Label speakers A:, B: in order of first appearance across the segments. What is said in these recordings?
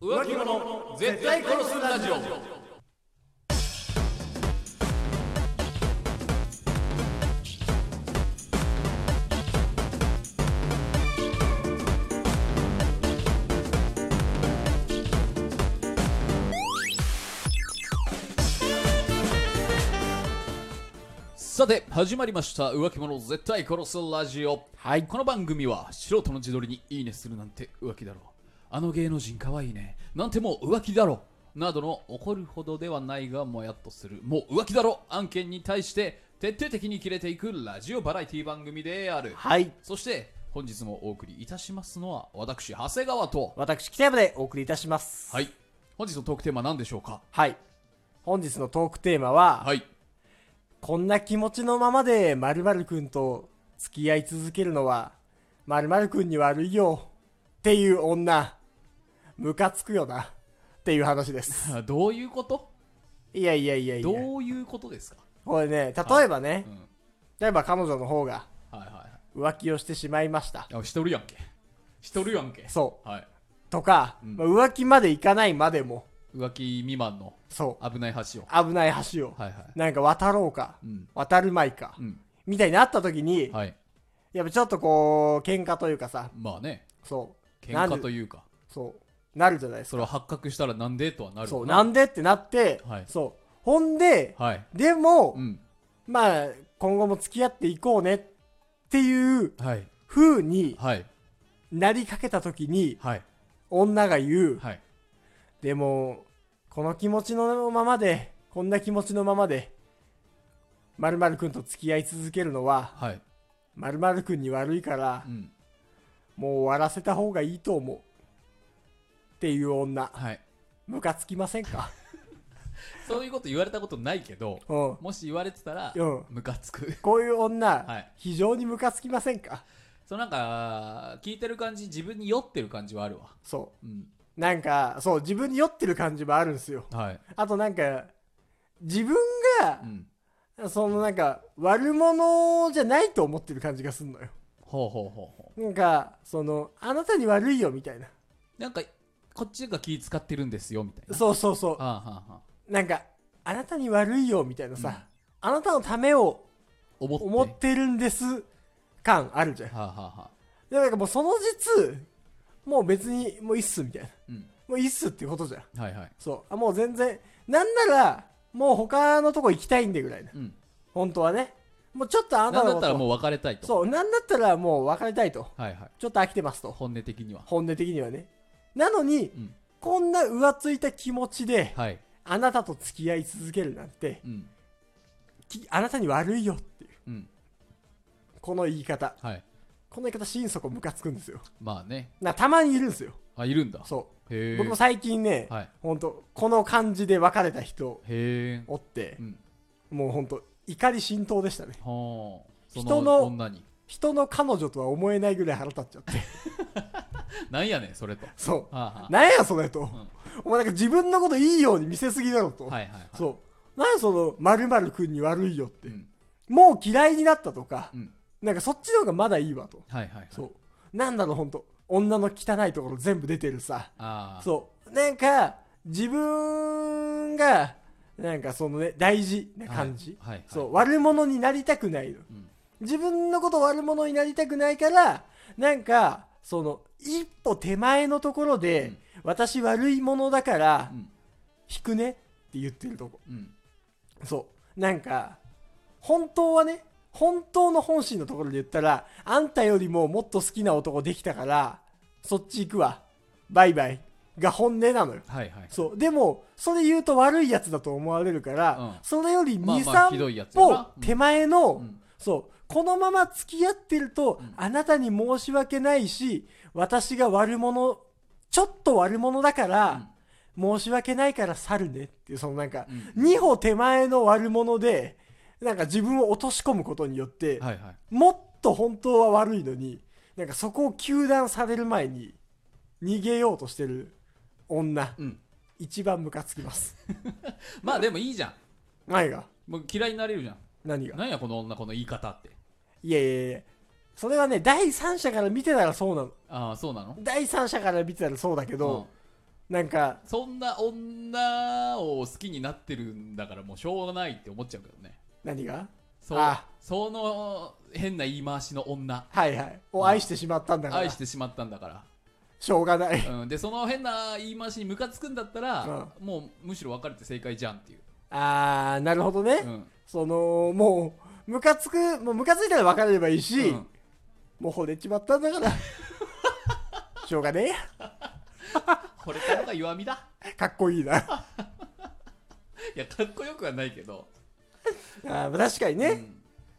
A: 浮気者絶対殺すラジオさて始まりました浮気者絶対殺すラジオはいこの番組は素人の自撮りにいいねするなんて浮気だろあの芸能人かわいいねなんてもう浮気だろなどの怒るほどではないがもやっとするもう浮気だろ案件に対して徹底的に切れていくラジオバラエティ番組である
B: はい。
A: そして本日もお送りいたしますのは私長谷川と
B: 私、北山でお送りいたします。
A: はい本日のトークテーマ何でしょうか
B: はい。本日のトークテーマは、
A: はい
B: こんな気持ちのままで〇〇くんと付き合い続けるのは、〇〇くんに悪いよ。っていう女、ムカつくよな。っていう 話です。
A: あどういうこと
B: いやいやいやいや。
A: どういうことですか、
B: これね、例えば
A: う
B: ね
A: ん、、
B: 例えば彼女の方が
A: はいはい
B: 浮気をしてしまいました。
A: はいあしとるやんけしとるやんけ
B: そ
A: はい、
B: う。とか、
A: うん
B: まあ浮気までいかないまでも、
A: 浮気未満の
B: そ
A: 危ない橋を
B: う。危ない橋を、
A: はいはい
B: なんか渡ろうか、
A: うん
B: 渡るまいか
A: う、ん
B: みたいになった時に、
A: はい
B: やっぱちょっとこう、喧嘩というかさ、
A: まあね
B: そう。
A: 喧嘩と
B: いう
A: いうか
B: そう。なるじゃないです
A: そ
B: か。
A: れは発覚したらなんでとはなる
B: そう。なん
A: で
B: でってなって、
A: はい
B: そう。ほんで、
A: はい
B: でも、
A: うん
B: まあ、今後も付き合っていこうねっていう
A: はい
B: 風に
A: はい
B: なりかけた時に、
A: はい
B: 女が言う、
A: はい
B: でも、この気持ちのままで、こんな気持ちのままで、〇〇くんと付き合い続けるのは、
A: はい
B: 〇〇くんに悪いから
A: う、ん
B: もう終わらせた方がいいと思う。っていう女。
A: はい
B: ムカつきませ んか
A: そういうこと言われたことないけど
B: うん。
A: もし言われてたら
B: うん
A: ムカつく
B: こういう女、
A: はい
B: 非常にムカつきませんか
A: そうなんか聞いてる感じ自分に酔ってる感じはあるわ
B: そ
A: うん
B: う。なんか、そう、自分に酔ってる感じもあるんですよ。
A: はい
B: あとなんか、自分が
A: う、ん
B: そのなんか、悪者じゃないと思ってる感じがすんのよ。
A: ほうほうほうほ
B: なんか、その、あなたに悪いよ、みたいな。
A: うなんかこっちが気使ってるんですよみたいな
B: そうそうそ
A: ああはあはあ
B: う。なんか、あなたに悪いよ、みたいなさ、あなたのためを
A: 思って
B: 思ってるんです感あるじゃん。
A: はあ、はあはあ、
B: でもなんかもうその実、もう別に、もういいっす、みたいな。
A: うん
B: もういいっすってことじゃん。
A: はいはい
B: そう。あ、もう全然。なんなら、もう他のとこ行きたいんでぐらいな。
A: うん
B: 本当はね。もうちょっとあな
A: な
B: た
A: ん
B: の
A: だ
B: こ
A: ったら
B: と
A: もう別れたいと
B: そう。なんだったらもう別れたいと。
A: はいはい
B: ちょっと飽きてますと。
A: 本音的には
B: 本音的にはね。なのに、
A: うん
B: こんな浮ついた気持ちで、
A: はい
B: あなたと付き合い続けるなんて、
A: うん
B: きあなたに悪いよっていう。
A: うん
B: この言い方。
A: はい
B: この言い方心底ムカつくんですよ。
A: まあね
B: なたまにいるんですよ。
A: あいるんだ
B: そ
A: へ
B: う。
A: え
B: 僕も最近ね、
A: はい
B: ほんと、この感じで別れた人
A: へえ
B: おって
A: う、ん
B: もうほんと、怒り心頭でしたね。
A: はあそ
B: 人の
A: 女に
B: 人の彼女とは思えないぐらい腹立っちゃって
A: なんやねんそれとは
B: そ
A: あ、は
B: うなんやそれと、
A: ん
B: お前なんか自分のこといいように見せすぎだろと、
A: あ、はいはいはい
B: そうなんやその〇〇くんに悪いよって、
A: うん
B: もう嫌いになったとか
A: う、ん
B: なんかそっちの方がまだいいわと、
A: はいはいはい
B: そうなんだろうほんと女の汚いところ全部出てるさ
A: ああ
B: そうなんか自分がなんかそのね大事な感じ、
A: はいはいはい
B: そう悪者になりたくないの、
A: ん
B: 自分のこと悪者になりたくないからなんかその一歩手前のところで、
A: うん
B: 私悪いものだから、
A: うん
B: 引くねって言ってるとこ
A: うん
B: そうなんか本当はね本当の本心のところで言ったらあんたよりももっと好きな男できたからそっち行くわバイバイが本音なのよ
A: はいはい
B: そう。でも、それ言うと悪いやつだと思われるから、
A: うん
B: それより2、
A: まあまあひどいや
B: 3
A: つやな
B: 歩手前の、
A: うん
B: そう、このまま付き合ってると、
A: うん
B: あなたに申し訳ないし、私が悪者、ちょっと悪者だから、申し訳ないから去るねっていう、そのなんか、
A: うん
B: 2歩手前の悪者で、なんか自分を落とし込むことによって、
A: はいはい
B: もっと本当は悪いのに、なんかそこを糾弾される前に、逃げようとしてる女。
A: うん
B: 一番ムカつきます。
A: まあでもいいじゃん
B: 何が
A: もう嫌いになれるじゃん
B: 何が
A: なんやこの女この言い方って
B: いやいやいやそれはね、第三者から見てたらそうなの。
A: ああそうなの
B: 第三者から見てたらそうだけど、なんか、
A: そんな女を好きになってるんだからもうしょうがないって思っちゃうけどね
B: 何が
A: そう
B: あ
A: その変な言い回しの女
B: はいはい。を愛してしまったんだから。
A: 愛してしまったんだか
B: しょうがない。
A: ら、うん、でその変な言い回しにムカつくんだったら、もうむしろ別れて正解じゃんっていう、
B: あー、なるほどね。
A: うん
B: その、もう、ムカつく、もうムカついたら別れればいいし、
A: うん
B: もう惚れちまったん だから。しょうがね
A: これからが弱みだ
B: え。かっこいいな。あ
A: いやかっこよくはないけど
B: ー確かに
A: う
B: ね。
A: ん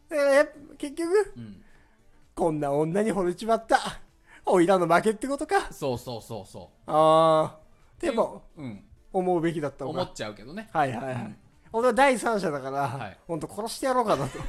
B: だからやっぱ結局、
A: うん、
B: こんな女に惚れちまった。おいらの負けってことか。
A: そうそうそうそ
B: あ
A: う
B: ー。でも、
A: うん
B: 思うべきだったの
A: 思
B: か
A: っ。ちゃうけどね
B: はいはいはい。
A: うん
B: 俺は第三者だから、ほ
A: は
B: ん
A: い
B: 本当殺してやろうかなと。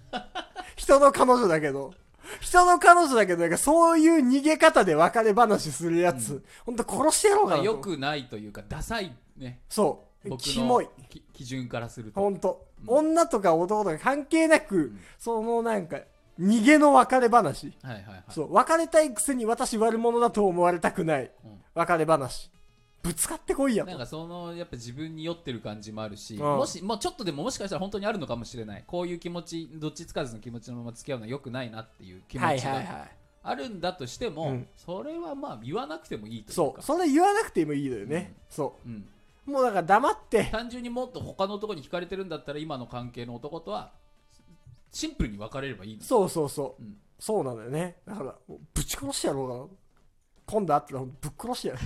B: 人の彼女だけど、人の彼女だけど、なんかそういう逃げ方で別れ話するやつ、ほん、本当殺してやろうかなと。
A: よくないというかダサいね
B: そう。
A: 僕
B: キモい
A: の。き基準からすると
B: 本当、
A: うん
B: 女とか男とか関係なく、
A: ん
B: そのなんか、逃げの別れ話。
A: はいはいはい
B: そう、別れたいくせに私悪者だと思われたくない。
A: うん
B: 別れ話。ぶつかってこいや
A: なん
B: と。
A: かそのやっぱ自分に酔ってる感じもあるし、
B: ん
A: もしもうちょっとでももしかしたら本当にあるのかもしれないこういう気持ちどっちつかずの気持ちのまま付き合うのは良くないなっていう気
B: は
A: 持
B: い
A: ち
B: はい
A: が
B: は
A: あるんだとしても、
B: うん
A: それはまあ言わなくてもいいと
B: い。
A: いう
B: そう。
A: か
B: それ言わなくてもいいのよね。そう。
A: う、ん、
B: もうだから黙 って、
A: 単純にもっと他の男に惹かれてるんだったら今の関係の男とはシンプルに別れればいいの
B: そうそうそう、
A: うん
B: そうなんだよね。だから、もうぶち殺してやろうかな。今度会ったらぶっ殺 してやる。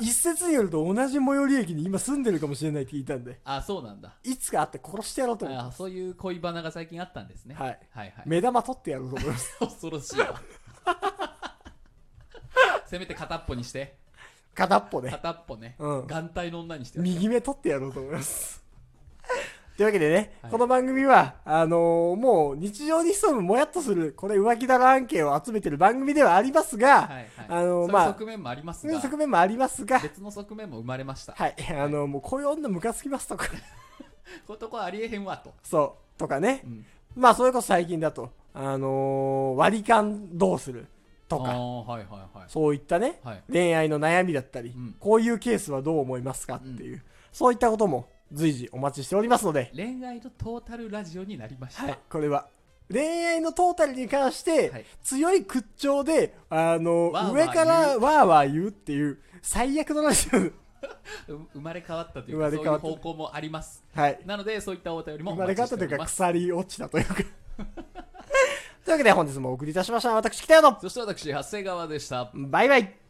B: 一説によると同じ最寄り駅に今住んでるかもしれないって聞いたんで、
A: あそうなんだ
B: いつか会って殺してやろうと思い
A: あ
B: ます。
A: そういう恋バナが最近あったんですね、
B: はい。
A: はいはい
B: 目玉取ってやろうと思い ます。
A: 恐ろしいわせめて片っぽにして
B: 片っぽで。
A: 片っぽね、
B: うん
A: 眼帯の女にして
B: 右目取ってやろうと思います。というわけでね、
A: はい
B: この番組は、あのーもう日常に潜むもやっとする、これ浮気だら案件を集めてる番組ではありますが、
A: はいはい、
B: あの
A: そういう
B: まあ
A: 側面もあります
B: そういう
A: が
B: 側面もありますが、
A: 別の側面も生まれました、
B: はい、あのもうこういう女ムカつきますとか、
A: こういうとこはありえへんわと、
B: そう、とかね
A: う、ん、
B: まあそれこそ最近だと、あのー割り勘どうすると
A: あ
B: か、
A: ーはいはいはい
B: そういったね、
A: はい
B: 恋愛の悩みだったり、
A: うん
B: こういうケースはどう思いますかっていう、そういったことも随時お待ちしておりますので、
A: 恋愛のトータルラジオになりました、
B: はい、これは恋愛のトータルに関して、
A: はい
B: 強い屈調であの
A: わーわー言う
B: 上からわーわー言うっていう最悪の話です
A: う生まれ変わったというか
B: 生まれ
A: そう
B: 変
A: い
B: わ
A: う
B: った
A: 方向もあります
B: はい
A: なのでそういったお便りも
B: 生
A: お
B: まれ
A: 待
B: 変わ
A: ちし
B: っ
A: たて
B: と
A: お
B: いう
A: り
B: か
A: ます
B: 鎖落ちたというか というわけで本日もお送りいたしました私北野の
A: そして私発生側でした
B: バイバイ